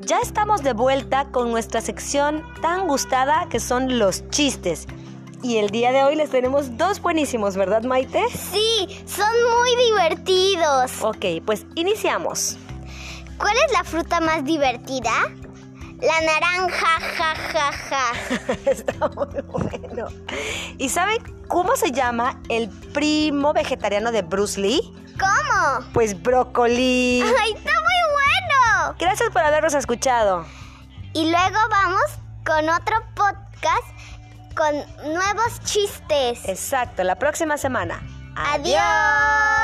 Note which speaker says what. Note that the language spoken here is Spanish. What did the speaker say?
Speaker 1: Ya estamos de vuelta con nuestra sección tan gustada que son los chistes. Y el día de hoy les tenemos dos buenísimos, ¿verdad Maite?
Speaker 2: Sí, son muy divertidos.
Speaker 1: Ok, pues iniciamos.
Speaker 2: ¿Cuál es la fruta más divertida? La naranja, ja, ja, ja.
Speaker 1: Está muy bueno. ¿Y saben cómo se llama el primo vegetariano de Bruce Lee?
Speaker 2: ¿Cómo?
Speaker 1: Pues brócoli.
Speaker 2: ¡Ay, está muy bueno!
Speaker 1: Gracias por habernos escuchado.
Speaker 2: Y luego vamos con otro podcast con nuevos chistes.
Speaker 1: Exacto, la próxima semana.
Speaker 2: ¡Adiós!